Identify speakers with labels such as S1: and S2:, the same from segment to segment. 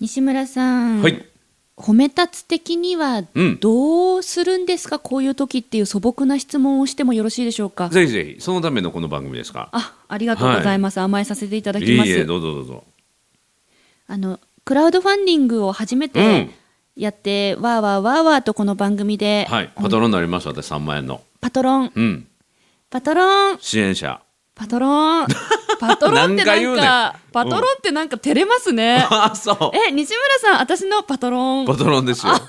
S1: 西村さん、
S2: はい。
S1: 褒め立つ的には
S2: うん
S1: どうするんですか、こういう時っていう素朴な質問をしてもよろしいでしょうか
S2: ぜひぜひ、そのためのこの番組ですか。
S1: あありがとうございます、甘えさせていただきます
S2: いえいえ、どうぞどうぞ。
S1: あのクラウドファンディングを初め
S2: う
S1: て
S2: ん。
S1: やって、わーわーわーわーとこの番組で、
S2: はい。パトロンになりました、私3万円の。
S1: パトロン
S2: うん。
S1: パトロン
S2: 支援者。
S1: パトロ ンパトロンってなんか
S2: 何回言うねん
S1: パトロンってなんか照れますね、
S2: あ、 そう。
S1: え西村さん私のパトロン
S2: パトロンですよ。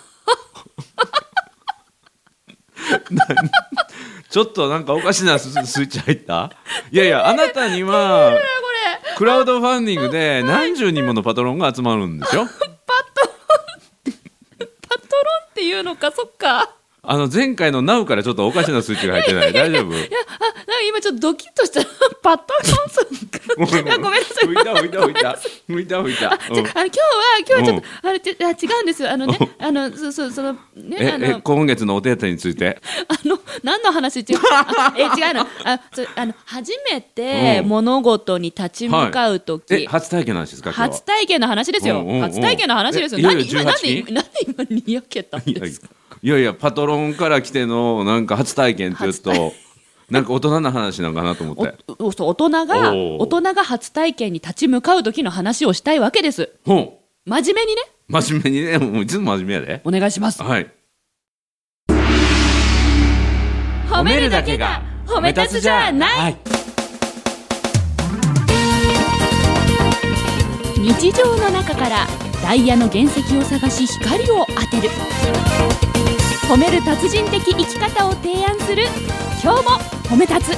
S2: ちょっとなんかおかしなススイッチ入ったいやいや、あなたには、クラウドファンディングで何十人ものパトロンが集まるんですよ。
S1: パトロンっていうのかそっか
S2: あの、前回のナウからちょっとおかしなスイッチが入ってない。大丈
S1: あ、
S2: 夫
S1: なんか今ちょっとドキッとした。パトロンさんか。いやごめんなさい。
S2: 浮いた浮いた浮い た。浮いた浮いた。
S1: あ、じゃ、あの、今日は、今日はちょっと、あれ、ちあ、違うんですよ。あのね
S2: うん、
S1: あの、そう、そう、その、ね、あ
S2: え、え
S1: の、
S2: 今月のお手当について。
S1: あの、何の話っていうか、あえ、違うの、あ、そう、あの、初めて
S2: うん
S1: 物事に立ち向かうと
S2: え、
S1: き。
S2: 初体験の話ですか。今日は
S1: 初体験の話です
S2: う
S1: よ
S2: んうんう。ん
S1: 初体験の話ですよ。
S2: えいよい
S1: 何、今、
S2: よ
S1: 何
S2: 18期、
S1: 何、今、にやけたんですか。
S2: いやいや、パトロンから来ての、なんか初体験って言う
S1: 初
S2: と。なんか大人な話なんかなと思って。
S1: おそう大人が、
S2: おう
S1: 大人が初体験に立ち向かう時の話をしたいわけです。
S2: ほん、
S1: 真面目にね、
S2: 真面目にね、もういつも真面目やで。
S1: お願いします。
S2: はい。
S1: 褒めるだけが褒め立つじゃない、
S2: はい。
S1: 日常の中からダイヤの原石を探し光を当てる褒める達人的生き方を提案する今日も褒め立つ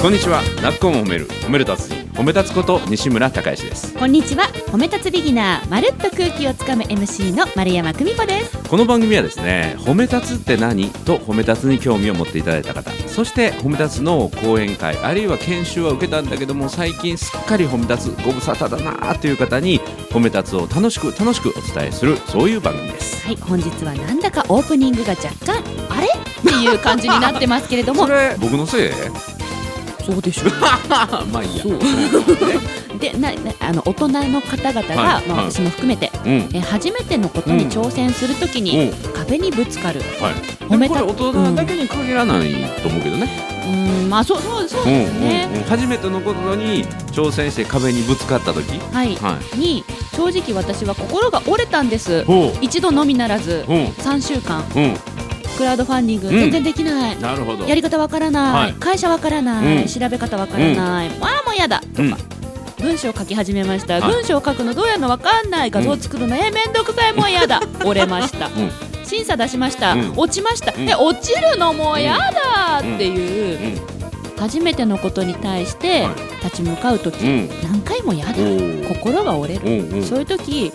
S2: こんにちは。なっこも褒める、褒める達人、褒め立つこと西村孝之です。
S1: こんにちは褒め立つビギナーまるっと空気をつかむ MC の丸山久美子です
S2: この番組はですね「褒め立つって何?」と褒め立つに興味を持っていただいた方そして褒め立つの講演会あるいは研修は受けたんだけども最近すっかり褒め立つご無沙汰だなーという方に褒め立つを楽しく楽しくお伝えするそういう番組です。
S1: はい本日はなんだかオープニングが若干あれっていう感じになってますけれ ども
S2: れ僕のせい
S1: そうでしょう
S2: まあいいや
S1: そうでななあの大人の方々が、
S2: はい
S1: まあ、
S2: はい
S1: 私も含めて、
S2: うん
S1: えー初めてのことに挑戦するときに、
S2: う
S1: 壁にぶつかる
S2: はい
S1: 褒め
S2: こ
S1: た
S2: れ大人だけに限らないと思うけどね、
S1: うんまあそうそうそう
S2: うん
S1: ですね、
S2: うんうん初めてのことに挑戦して壁にぶつかった時
S1: はい、
S2: は
S1: に正直私は心が折れたんです
S2: いほ
S1: 一度のみならず
S2: ううん
S1: 3週間
S2: う
S1: クラウドファンディング
S2: うん
S1: 全然できない、
S2: んなるほど
S1: やり方わからない、
S2: はい
S1: 会社わからない、
S2: うん
S1: 調べ方わからない、まあもうやだ
S2: うん
S1: 文章書き始めました、
S2: はい
S1: 文章書くのどうやるのわかんない画像作るの、えーめんどくさいもう やだ折れました、
S2: ん
S1: 審査出しました、
S2: うん
S1: 落ちました、
S2: うん
S1: え落ちるのもうやだっていう、
S2: うん
S1: 初めてのことに対して
S2: はい
S1: 立ち向かう時、
S2: うん
S1: 何回もやだ
S2: おー
S1: 心が折れ
S2: う
S1: る、
S2: んうん
S1: そういう時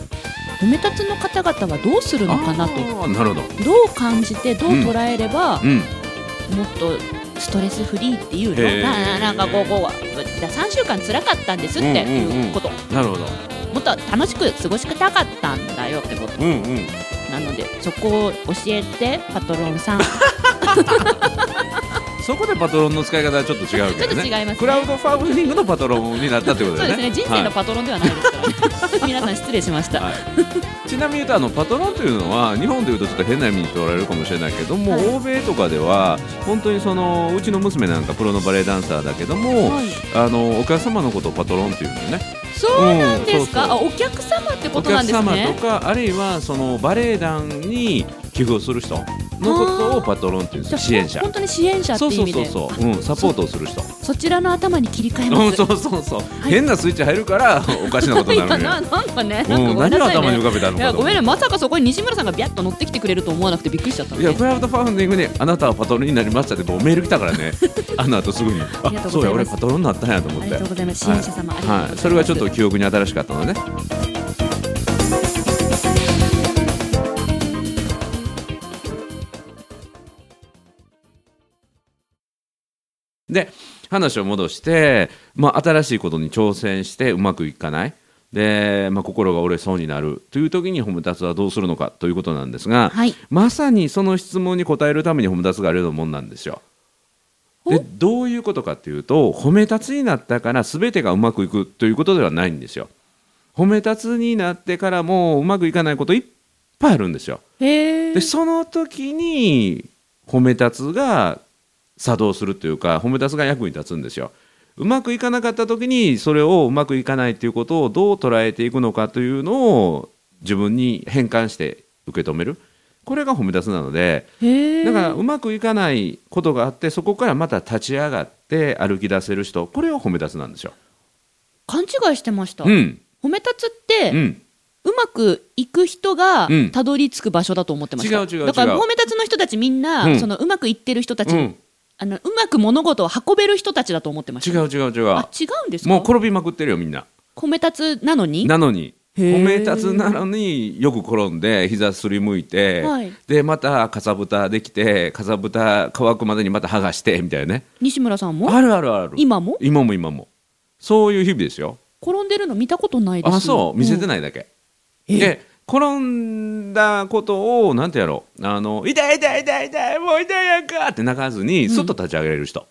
S1: 褒め立つの方々はどうするのかなと
S2: あーなるほど
S1: どう感じてどう捉えれば、
S2: うん
S1: もっとストレスフリーっていう
S2: へ
S1: のな
S2: ー
S1: なんかこうこう3週間辛かったんですっていうこと、
S2: なるほど
S1: もっと楽しく過ごしたかったんだよってこと
S2: うんうん
S1: なのでそこを教えてパトロンさん
S2: そこでパトロンの使い方はちょっと違うけどね
S1: ちょっと違いますね
S2: クラウドファンディングのパトロンになったってこと
S1: そう
S2: だ
S1: ですね
S2: よね
S1: 人生の
S2: は
S1: パトロンではないですからね、皆さん失礼しました、
S2: いちなみに言うとあのパトロンというのは日本でいうとちょっと変な意味に取られるかもしれないけども、
S1: はい
S2: 欧米とかでは本当にそのうちの娘なんかプロのバレエダンサーだけども、
S1: はい
S2: あのお客様のことをパトロンっていうんだよね
S1: そうなんですか、
S2: うんそう
S1: あお客様ってこ
S2: お
S1: となん
S2: 客
S1: です
S2: 様と
S1: ね
S2: かあるいはそのバレエ団に寄付をする人のことをパトロンっていうんですよ支援者
S1: 本当に支援者って
S2: そ
S1: いう
S2: う
S1: 意
S2: そう
S1: 味
S2: そう
S1: で
S2: そう、うん、サポートをする人
S1: そちらの頭に切り替え
S2: う
S1: ま
S2: ん、
S1: す
S2: そうそうそう、変なスイッチ入るからおかしなことに
S1: 今
S2: なる
S1: な
S2: よ
S1: なんかね、なん
S2: う
S1: か
S2: ん、
S1: ごめん
S2: 何
S1: な
S2: を
S1: さい
S2: 頭に浮
S1: ね。
S2: かべたの
S1: いや
S2: かと
S1: ご
S2: 思
S1: め
S2: っ
S1: んね、
S2: て
S1: まさかそこに西村さんがビャッと乗ってきてくれると思わなくてびっくりしちゃったの
S2: い
S1: ね
S2: やクラウドファンディングにあなたはパトロンになりましたってもうメール来たから ねあの後すぐに
S1: りがと
S2: あ
S1: うございます
S2: そうや俺パトロンになったんやと思
S1: あ
S2: っ
S1: り
S2: て
S1: がとうございます。支援者様、ありがとうござい
S2: は
S1: ま
S2: い、
S1: す。
S2: それがちょっと記憶に新しかったのねで話を戻して、まあ、新しいことに挑戦してうまくいかないで、まあ、心が折れそうになるという時に褒め立つはどうするのかということなんですが、
S1: はい
S2: まさにその質問に答えるために褒め立つがあるようなもんなんですよ。でどういうことかというと褒め立つになったから全てがうまくいくということではないんですよ。褒め立つになってからもううまくいかないこといっぱいあるんですよ。
S1: へえ
S2: でその時に褒め立つが作動するというか褒め立つが役に立つんですよ。うまくいかなかった時にそれをうまくいかないということをどう捉えていくのかというのを自分に変換して受け止めるこれが褒め立つなので
S1: へえ
S2: だからうまくいかないことがあってそこからまた立ち上がって歩き出せる人これを褒め立つなんですよ。
S1: 勘違いしてました、
S2: うん、
S1: 褒め立つって、
S2: う、
S1: うんまくいく人が
S2: うん
S1: たどり着く場所だと思ってました、
S2: 違う違う違う
S1: だから褒め立つの人たちみんな、
S2: うん
S1: そのうまくいってる人たち、
S2: う
S1: うんあのうまく物事を運べる人たちだと思ってまし
S2: 違
S1: た
S2: う違う違う
S1: あ違うんですか
S2: もう転びまくってるよみんな。
S1: 褒め立つなのに
S2: なのに
S1: へー
S2: 褒め立つなのによく転んで膝すりむいて、
S1: はい
S2: でまたかさぶたできてかさぶた乾くまでにまた剥がしてみたいなね
S1: 西村さんも
S2: あるあるある
S1: 今も
S2: 今も今もそういう日々ですよ
S1: 転んでるの見たことないです
S2: あそう見せて
S1: い、
S2: ないだけ、
S1: え
S2: で転んだことをなんてやろうあの痛い痛い痛い痛いもう痛いやんかって泣かずにすっと立ち上げれる人、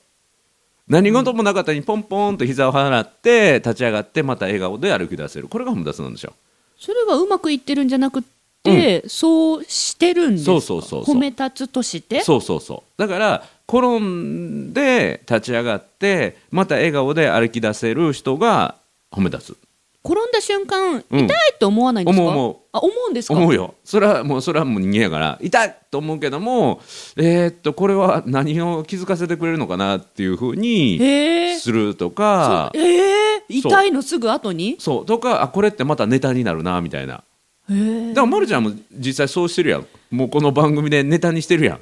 S2: 何事もなかったにポンポンと膝を払って立ち上がってまた笑顔で歩き出せるこれが褒め立つなんですよ
S1: それはうまくいってるんじゃなくって、そうしてるんですか
S2: そうそうそうそう
S1: 褒め立つとして
S2: そうそうそうだから転んで立ち上がってまた笑顔で歩き出せる人が褒め立つ
S1: 転んだ瞬間、
S2: うん
S1: 痛いと思わないんですか
S2: 思う思う
S1: あ思うんですか
S2: 思うよそれはもうそれはもう人間やから痛いと思うけどもえーっとこれは何を気づかせてくれるのかなっていうふうに
S1: へえ
S2: するとか
S1: ええ
S2: そう
S1: 痛いのすぐ後に
S2: そうとかあこれってまたネタになるなみたいな
S1: へえ
S2: だからまるちゃんも実際そうしてるやんもうこの番組でネタにしてるやん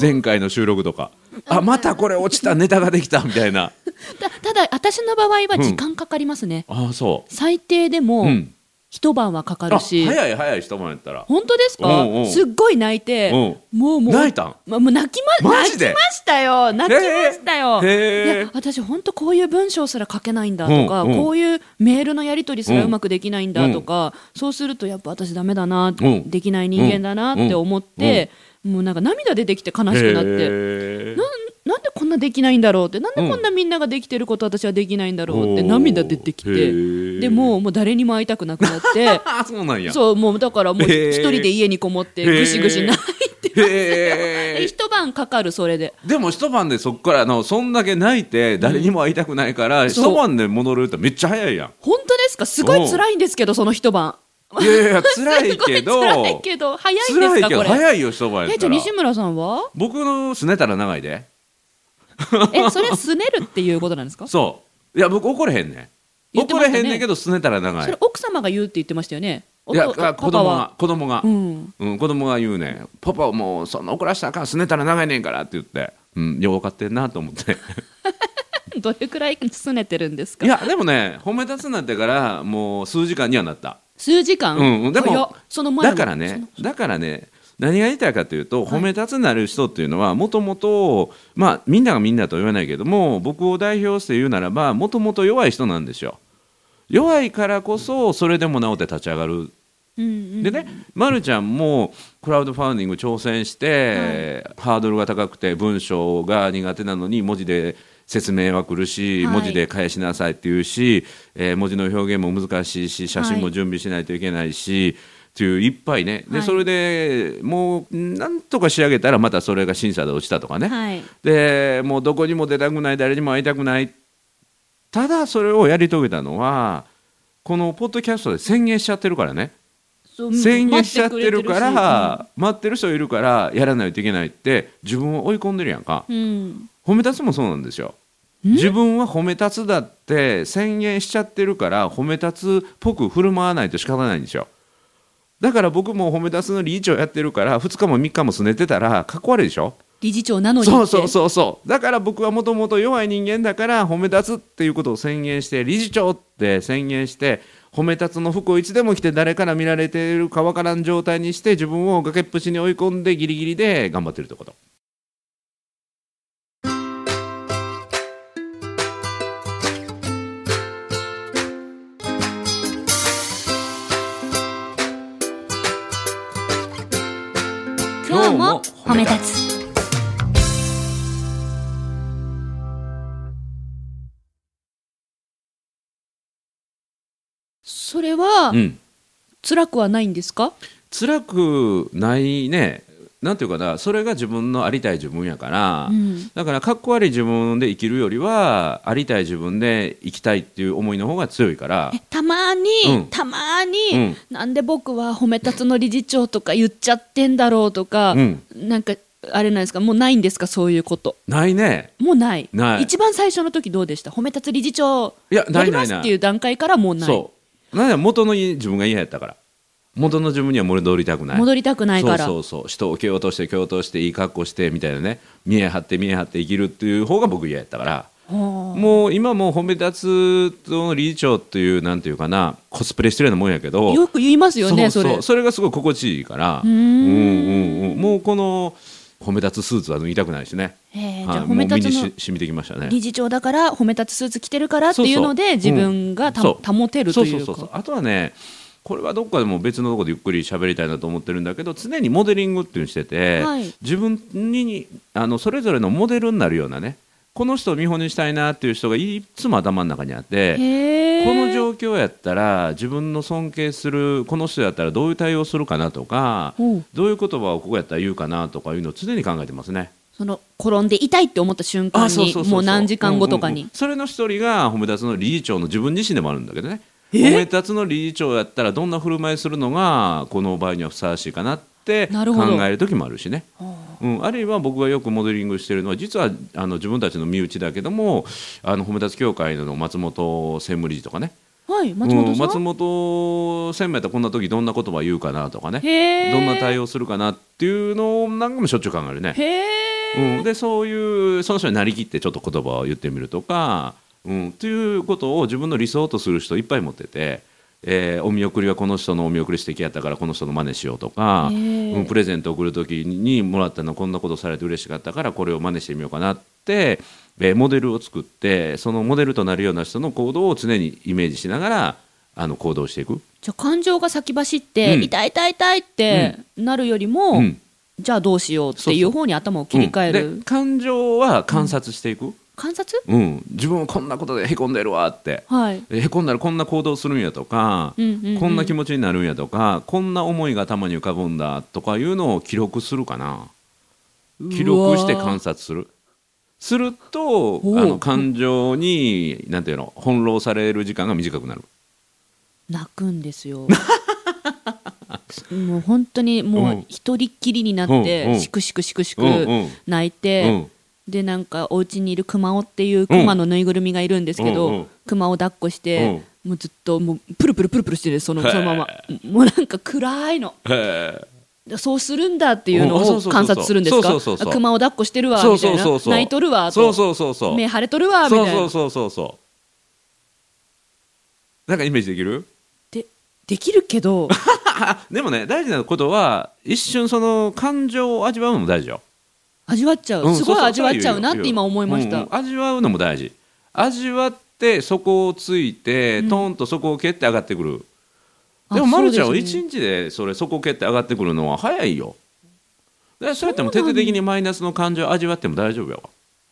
S2: 前回の収録とかあまたこれ落ちたネタができたみたいな
S1: たただ私の場合は時間かかりますね、
S2: ああそ
S1: 最低で
S2: う
S1: も
S2: うん
S1: 一晩はかかるし、
S2: あ早い早い人もやったら
S1: 本当ですか
S2: うんうん
S1: すっごい泣いて、
S2: う
S1: もうもう
S2: 泣いたん
S1: ま、もう泣きま
S2: マ
S1: 泣
S2: ジ
S1: き
S2: で
S1: ましたよ泣きましたよ、
S2: へーへー
S1: いや私本当こういう文章すら書けないんだとか、
S2: うんうん
S1: こういうメールのやり取りす
S2: う
S1: ら
S2: ん
S1: うまくできないんだとか、そうするとやっぱ私ダメだな、
S2: ん
S1: できない人間だなって思って、もうなんか涙出てきて悲しくなって、
S2: へー
S1: なんでこんなできないんだろうってなんでこんなみんなができてること私はできないんだろうって
S2: おー
S1: 涙出てき
S2: へ
S1: て
S2: ー
S1: でもうもう誰にも会いたくなくなって
S2: あ そうなんや
S1: そうもうだからもう
S2: へー
S1: 一人で家にこもってぐしぐし泣いて
S2: へー
S1: 一晩かかるそれで
S2: でも一晩でそこからのそんだけ泣いて誰にも会いたくないから、
S1: ん
S2: 一晩で戻るってめっちゃ早いや
S1: 本当ですかすごい辛いんですけどその一晩
S2: んいやいや 辛
S1: す
S2: い
S1: ご
S2: け
S1: い
S2: ど
S1: 辛いけど早いん
S2: 辛
S1: です
S2: い
S1: か
S2: けど
S1: これ
S2: 早いよ一晩や
S1: え
S2: っ
S1: じゃ
S2: た
S1: あ
S2: ら
S1: 西村さん は
S2: 僕のすねたら長いで
S1: えそれすねるっていうことなんですか
S2: そういや僕怒れへんねん
S1: 言って
S2: 怒
S1: ました
S2: れ
S1: ね
S2: へんねんけどすねたら長
S1: そ
S2: い
S1: れ奥様が言うって言ってましたよね
S2: いや
S1: おと
S2: あ
S1: パ
S2: 子
S1: パ
S2: 供
S1: は
S2: が子供が、
S1: うん
S2: うん、子供が言うね「パパはもうそんな怒らしたらあかんすねたら長いねんから」って言って「うんよう分かってんな」と思って
S1: どれくらいすねてるんです
S2: い
S1: か
S2: やでもね褒め立つなんてからもう数時間にはなった
S1: 数時間
S2: うんうんでも
S1: 早っその前
S2: だ
S1: も
S2: から
S1: その
S2: ねだからね何が言いたいかというと褒め立つになる人っていうのはもともとまあみんながみんなとは言わないけども僕を代表して言うならばもともと弱い人なんですよ弱いからこそそれでもなおって立ち上がる
S1: うんうん
S2: でね、ま、るちゃんもクラウドファンディング挑戦して、ハードルが高くて文章が苦手なのに文字で説明は来るし、
S1: はい
S2: 文字で返しなさいって言うし、えー文字の表現も難しいし写真も準備しないといけないし、っていういっぱいねで、
S1: はい
S2: それでもうなんとか仕上げたらまたそれが審査で落ちたとかね、
S1: はい
S2: でもうどこにも出たくない誰にも会いたくないただそれをやり遂げたのはこのポッドキャストで宣言しちゃってるからね。
S1: そう
S2: 宣言しちゃってる
S1: 待って
S2: か
S1: くれてるし
S2: ら待ってる人いるからやらないといけないって自分を追い込んでるやんか
S1: うん
S2: 褒め立つもそうなんですよ自分は褒め立つだって宣言しちゃってるから褒め立つっぽく振る舞わないと仕方ないんですよだから僕も褒め立つの理事長やってるから2日も3日もすねてたらかっこ悪いでしょ
S1: 理事長なのにって
S2: そうそうそうそうだから僕はもともと弱い人間だから褒め立つっていうことを宣言して理事長って宣言して褒め立つの服をいつでも着て誰から見られているかわからん状態にして自分を崖っぷちに追い込んでギリギリで頑張ってるってこと
S1: 今日も褒め立つそれは
S2: うん、
S1: 辛くはないんですか
S2: 辛くないねなんていうかなそれが自分のありたい自分やから、
S1: うん
S2: だからかっこ悪い自分で生きるよりはありたい自分で生きたいっていう思いの方が強いから
S1: えたまに、
S2: うん
S1: たまに、
S2: うん
S1: なんで僕は褒めたつの理事長とか言っちゃってんだろうとか、
S2: うん
S1: なんかあれなんですかもうないんですかそういうこと
S2: ないね
S1: もうない
S2: ない
S1: 一番最初の時どうでした褒めたつ理事長
S2: いやない
S1: り
S2: な
S1: ま
S2: い
S1: す
S2: ない
S1: っていう段階からもうない
S2: そうなんだ元の自分が嫌やったから元の自分には戻りたくない
S1: 戻りたくないから
S2: そうそうそう人を蹴落として蹴落としていい格好してみたいなね見え張って見え張って生きるっていう方が僕嫌やったから
S1: ほう
S2: もう今もう褒め立つの理事長っていうなんていうかなコスプレしてるようなもんやけど
S1: よく言いますよね
S2: そ
S1: そう
S2: そう
S1: れ
S2: それがすごい心地いいから
S1: うーん
S2: うんうんうんもうこの褒め立つスーツは脱ぎたくないしね、
S1: えー
S2: は
S1: じ
S2: い
S1: ゃあ
S2: も
S1: 褒
S2: う身
S1: めた
S2: に
S1: つ
S2: し
S1: の
S2: 染みてきましたね
S1: 理事長だから褒めたつスーツ着てるからっていうので
S2: そ
S1: 自
S2: うそう
S1: 分がた
S2: そう
S1: 保てるという
S2: そうそうそ
S1: か
S2: うそうあとはねこれはどっかでも別のとこでゆっくり喋りたいなと思ってるんだけど常にモデリングっていうのしてて、
S1: はい
S2: 自分にあのそれぞれのモデルになるようなねこの人を見本にしたいなっていう人がいつも頭の中にあっ
S1: へ
S2: て
S1: ー
S2: この状況やったら自分の尊敬するこの人やったらどういう対応するかなとか
S1: ほう
S2: どういう言葉をここやったら言うかなとかいうのを常に考えてますね。
S1: その転んで痛いって思った瞬間にもう何時間後とか
S2: うんうんう
S1: に
S2: んそれの一人が褒め立つの理事長の自分自身でもあるんだけどね
S1: え
S2: 褒め立つの理事長やったらどんな振る舞いするのがこの場合にはふさわしいかなって
S1: なるほ
S2: 考
S1: ど
S2: える時もあるしねうん、あるいは僕がよくモデリングしてるのは実はあの自分たちの身内だけどもあの褒め立つ協会の松本専務理事とかね
S1: はい松本
S2: うん、
S1: さん、
S2: 松本専務やったらこんな時どんな言葉言うかなとかね
S1: へー
S2: どんな対応するかなっていうのをなんかもしょっちゅう考えるね。
S1: へえ、
S2: うん、でそういうその人になりきってちょっと言葉を言ってみるとか、うん、ということを自分の理想とする人いっぱい持ってて、えーお見送りはこの人のお見送り素敵やったからこの人の真似しようとか、
S1: へー
S2: うんプレゼントを送る時にもらったのこんなことされて嬉しかったからこれを真似してみようかなって、えーモデルを作ってそのモデルとなるような人の行動を常にイメージしながらあの行動していく。
S1: じゃあ感情が先走って、
S2: うん
S1: 痛い痛い痛いってなるよりも、
S2: うん
S1: じゃあどうしようっていう方に頭を切り替える、
S2: うんで感情は観察していく、
S1: 観察
S2: うん、自分はこんなことでへこんでるわって、
S1: はい、
S2: へこんだらこんな行動するんやとか、
S1: うんうんうん
S2: こんな気持ちになるんやとかこんな思いが頭に浮かぶんだとかいうのを記録するかな記録して観察するすると
S1: おう
S2: あの感情になんていうの翻弄される時間が短くなる
S1: 泣くんです よもう本当にも
S2: うん
S1: う一人っきりになって、
S2: うんうん
S1: しくしくしくし
S2: うんう
S1: く
S2: ん
S1: 泣いうて、
S2: ん
S1: でなんかお家にいるクマオっていうクマのぬいぐるみがいるんですけど、
S2: うんうん
S1: クマを抱っこして、もうずっともうプルプルプルプルしてるその
S2: へー
S1: そのままもうなんか暗いの
S2: へ
S1: そうするんだっていうの
S2: うんあそう
S1: を
S2: そうそうそ
S1: 観
S2: う
S1: 察するんですか
S2: そうそうそうそう
S1: あクマを抱っこしてる
S2: え
S1: わ
S2: そう
S1: みた
S2: そ
S1: いうな
S2: そうそう
S1: 泣いとるわと
S2: そうそうそうそう
S1: 目腫れとるわみたい
S2: そう
S1: な
S2: そうそうそうそうなんかイメージできる
S1: でできるけど
S2: あでもね大事なことは一瞬その感情を味わうのも大事よ
S1: 味わっちゃう、
S2: うん
S1: すごい
S2: そうそう
S1: 味わっちゃうなっ
S2: そ
S1: て
S2: 言よ
S1: 今思いました、
S2: うんうん味わうのも大事味わってそこをついて、
S1: うん
S2: トンとそこを蹴って上がってくる
S1: あ
S2: でもまるちゃん
S1: そ
S2: は
S1: うで
S2: 一
S1: すね
S2: 日でそれそこを蹴って上がってくるのは早いよだからそうやっても徹底的にマイナスの感情を味わっても大丈夫やわ、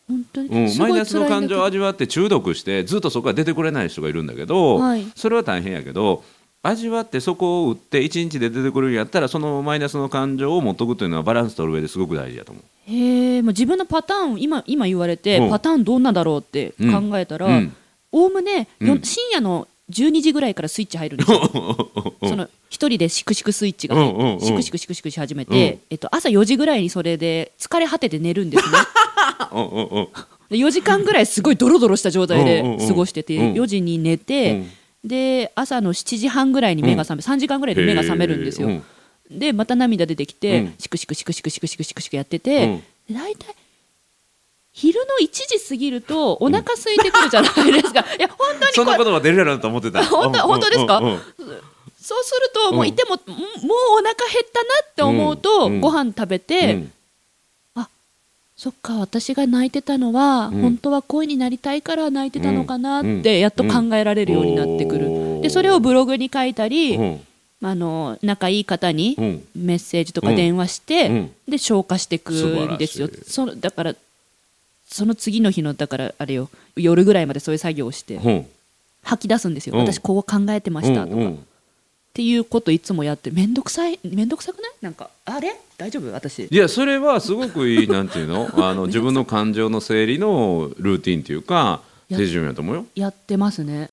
S1: 本当に、
S2: うん、
S1: す
S2: マイ
S1: ごい
S2: ナス
S1: 辛
S2: の
S1: いんだけ
S2: 感情を
S1: ど
S2: 味わって中毒してずっとそこから出てくれない人がいるんだけど、
S1: はい
S2: それは大変やけど味わってそこを打って一日で出てくるんやったらそのマイナスの感情を持っとくというのはバランス取る上ですごく大事やと思う。
S1: へえもう自分のパターン今今言われて、
S2: うん
S1: パターンどんなだろうって考えたら
S2: うん
S1: おおむね、よ
S2: うん
S1: 深夜の12時ぐらいからスイッチ入るんですよ その一人でシクシクスイッチが入って、
S2: うんうんうん
S1: シクシクシクシクし始めて、
S2: うん
S1: えっと、朝4時ぐらいにそれで疲れ果てて寝るんです ね
S2: あうんうんうん
S1: で4時間ぐらいすごいドロドロした状態
S2: うんうんう
S1: で
S2: ん
S1: 過ごしてて、
S2: うん
S1: 4時に寝て、で朝の7時半ぐらいに目が覚め、3時間ぐらいで目が覚めるんですよ、
S2: へー
S1: でまた涙出てきて、
S2: うん
S1: シクシクシクシクシクシクシクシクやって
S2: う
S1: て、
S2: ん
S1: で大体昼の1時過ぎるとお腹空いてくるじゃないですか、いや本当に
S2: そんな
S1: これ
S2: ことは出るやろなと思ってた
S1: 本当本当ですか
S2: うんうんうん
S1: そうするとも
S2: う
S1: うんいても、もうお腹減ったなって思うと、
S2: うん
S1: ご飯食べて、
S2: うん
S1: そっか私が泣いてたのは、
S2: うん
S1: 本当は恋になりたいから泣いてたのかなっ
S2: うん
S1: てやっと考えられるようになってくる、
S2: うん
S1: でそれをブログに書いたり、
S2: うん
S1: あの仲いい方に
S2: うん
S1: メッセージとか電話して、
S2: うんうん
S1: で消化していくんですよ
S2: 素晴らしい
S1: そのだからその次の日のだからあれよ夜ぐらいまでそういう作業をして
S2: うん
S1: 吐き出すんですよ、
S2: うん
S1: 私ここ考えてましたとか、
S2: うんう
S1: っ
S2: ん
S1: ていうこといつもやってめんどくさいめんどくさくないなんかあれ大丈夫私
S2: いやそれはすごくいいなんてい うのあの自分の感情の整理のルーティンというか
S1: いや
S2: 手順やと思うよ
S1: やってますね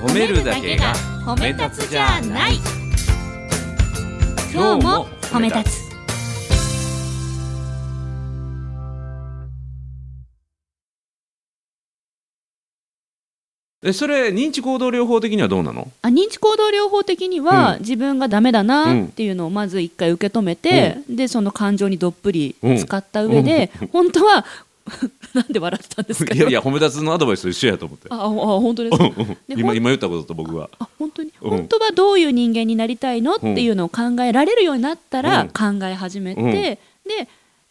S2: 褒めるだけが
S3: 褒
S2: め立つじゃない
S3: 今日も褒め立つ
S2: えそれ認知行動療法的にはどうなの
S1: あ認知行動療法的には、
S2: うん
S1: 自分がダメだなっていうのをまず一回受け止めて、でその感情にどっぷり使った上で、本当は なんで笑ってたんですか
S2: いやいや褒め立つのアドバイスと一緒やと思って
S1: あああ本当ですかでほ
S2: 今
S1: ん
S2: 今言ったことと僕は
S1: あ本当に、
S2: うん
S1: 本当はどういう人間になりたいのっていうのを考えられるようになった
S2: う
S1: ら
S2: ん
S1: 考え始めて、
S2: うん
S1: で、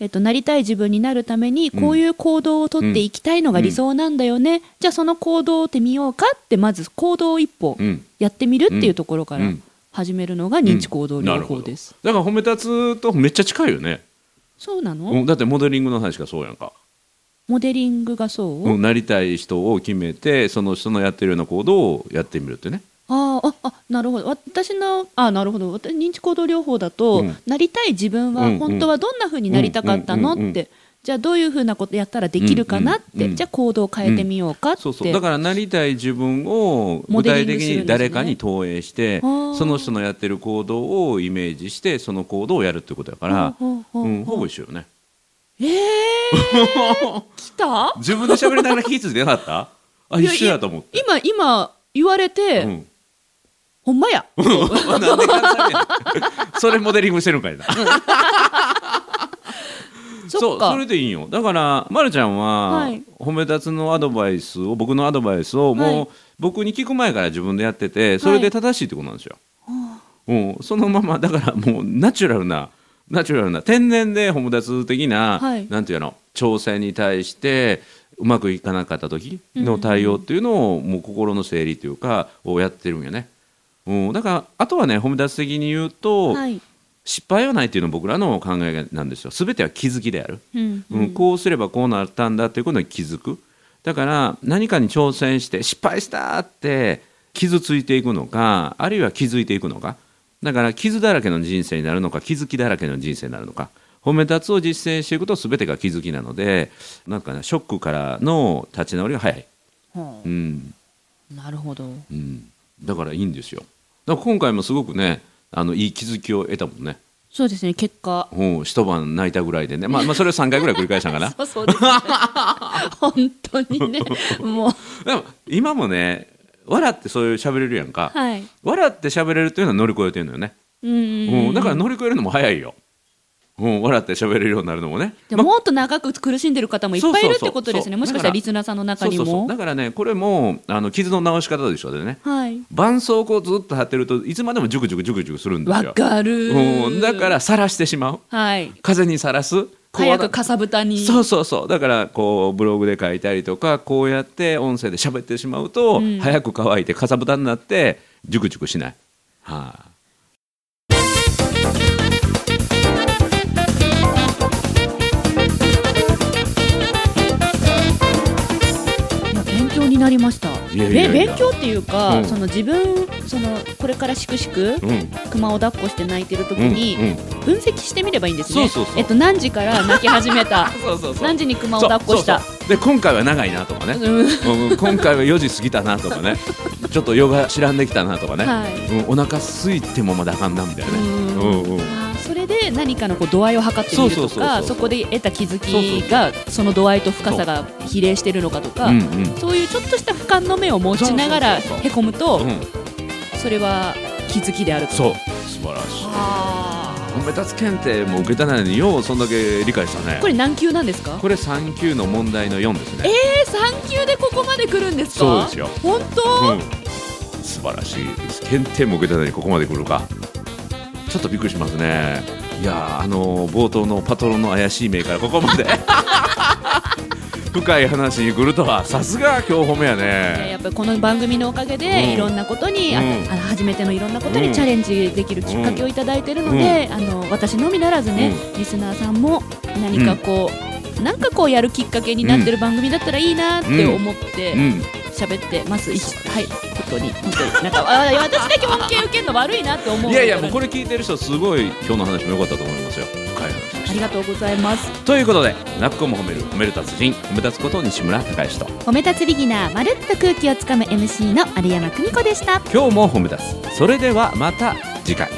S1: えっと、なりたい自分になるために
S2: うん
S1: こういう行動をとっていきたいのが理想なんだよね、じゃあその行動をってみようかってまず行動を一歩
S2: うん
S1: やってみるっていうところか
S2: う
S1: ら
S2: ん
S1: 始めるのが認知行動
S2: な
S1: 療
S2: るほ
S1: 法
S2: ど
S1: です、
S2: だから褒め立つとめっちゃ近いよね、
S1: そうなの、
S2: うん、だってモデリングの話がそうやんか、
S1: モデリングがそう、
S2: うん、なりたい人を決めてその人のやってるような行動をやってみるってね
S1: あーああなるほど私のあなるほど私認知行動療法だと、
S2: うん
S1: なりたい自分
S2: う
S1: は
S2: んうん
S1: 本当はどんなふうになりたかったの
S2: う
S1: っ
S2: ん
S1: て、
S2: うんうんう
S1: じゃあどういうふうなことやったらできるかなって、
S2: うんうんうん
S1: じゃあ行動を変えてみようかって、
S2: そうそうだからなりたい自分を具体的に誰かに投影し
S1: モデリングするんですね
S2: て、
S1: あー
S2: その人のやってる行動をイメージしてその行動をやるってことだか
S1: ほうほ
S2: ら、
S1: うほう
S2: うん、ほぼ一緒よね
S1: えー、来た
S2: 自分で喋りながら気ぃ付いてなかったあ
S1: い
S2: 一
S1: や
S2: 緒やと思って
S1: 今今言われて、
S2: うん
S1: ほんまや
S2: なんで関西弁それモデリングしてるんかいな
S1: そっ
S2: う
S1: か
S2: それでいいよだから、ま、るちゃんは、
S1: はい
S2: 褒め立つのアドバイスを僕のアドバイスをもう、
S1: はい
S2: 僕に聞く前から自分でやっててそれで正しいってことなんですよ、うん、そのままだからもうナチュラルなナチュラルな天然で褒め立つ的な、
S1: はい
S2: なんていうの挑戦に対してうまくいかなかった時の対応っていうのを、もう心の整理というかをやってるんよね、うん、だからあとはね褒め立つ的に言うと、
S1: はい、
S2: 失敗はないっていうのは僕らの考えなんですよ全ては気づきである、
S1: うん
S2: うんこうすればこうなったんだっていうことに気づくだから何かに挑戦して失敗したって傷ついていくのかあるいは気づいていくのかだから傷だらけの人生になるのか気づきだらけの人生になるのか褒め立つを実践していくと全てが気づきなのでなんかねショックからの立ち直りが早い、
S1: ほ
S2: うん
S1: うなるほど
S2: うん、だからいいんですよだから今回もすごくねあのいい気づきを得たもんね
S1: そうですね結果
S2: うん、一晩泣いたぐらいでね、まあ、まあそれを3回ぐらい繰り返したんか な
S1: そうそう ですね本当にねもう
S2: でも今もね笑ってそういう喋れるやんか、
S1: はい
S2: 笑って喋れるっていうのは乗り越えてるのよね、
S1: うんうん
S2: う
S1: うん
S2: んだから乗り越えるのも早いよ、うん、笑って喋れるようになるのもね
S1: でももっと長く苦しんでる方もいっぱいいるってことですね、
S2: そうそうそう
S1: もしかしたらリスナーさんの中
S2: そう
S1: に
S2: そうそう
S1: も
S2: だ。からねこれもあの傷の治し方と一緒でね
S1: はい
S2: 絆創膏をずっと貼ってるといつまでもジュクジュクジュクジュクするんです
S1: わ
S2: よ、
S1: かる、
S2: うん、だから晒してしまう
S1: はい、
S2: 風にさらすこう
S1: 早くかさぶたに。
S2: そうそうそうだからこうブログで書いたりとかこうやって音声で喋ってしまうと、
S1: うん
S2: 早く乾いてかさぶたになってジュクジュクしない、はあ、
S1: いや勉強になりました。
S2: いやいやいや
S1: べ勉強っていうか、
S2: うん
S1: その自分そのこれからしくしく
S2: うん、うん
S1: 熊を抱っこして泣いてる時
S2: うん
S1: に分析してみればいいんですね。
S2: そうそうそう。
S1: えっと何時から泣き始めた
S2: そうそうそう
S1: 何時に熊を抱っこした。
S2: そうそうそうで今回は長いなとかね、
S1: うん
S2: うん今回は4時過ぎたな とかねちょっと夜が知らんできたなとかね、
S1: はい
S2: うん、お腹空いてもまだあかんなみたいなね
S1: うん
S2: うんうん
S1: あーそれで何かのこう度合いを測ってみる
S2: そ
S1: と
S2: うそうそうそ
S1: か
S2: う
S1: そこで得た気づきがその度合いと深さが比例してるのかとか
S2: うんうん
S1: そういうちょっとした俯瞰の目を持ちながら
S2: そうそうそうそう
S1: へこむと
S2: うん、
S1: それは気づきであると
S2: そう素晴らしい
S1: あ
S2: 褒め立つ検定も受けたのにようそんだけ理解したね
S1: ーこれ何級なんですか
S2: これ3級の問題の4ですね。
S1: え3級でここまで来るんですか
S2: そうですよ
S1: 本当、
S2: うん、素晴らしいです。検定も受けたのにここまで来るか。ちょっとびっくりしますね。いやーあのー冒頭のパトロンの怪しい名からここまで。 深い話に来るとはさすが今日褒めや
S1: いやや
S2: ね
S1: っぱりこの番組のおかげで、
S2: うん
S1: いろんなことに、あ
S2: うん
S1: あの初めてのいろんなこと
S2: うん
S1: にチャレンジできるきっかけをいただいてるので、あの私のみならずね、リスナーさんも何かこう、なんかこうやるきっかけになってる番組だったらいいなって思って
S2: うん
S1: 喋ってます、いはい本当に本当になんかあ私だけ恩恵受けるの悪いなって思う
S2: い
S1: い
S2: やいやもうこれ聞いてる人すごい今日の話も良かったと思いますよ深い話で
S1: あ
S2: し
S1: りがとうございます
S2: たということで「泣く子も褒める褒める達人褒め立つこと西村孝之と
S1: 褒め立つビギナーまるっと空気をつかむ MC の有山久美子でした
S2: 今日も褒め立つそれではまた次回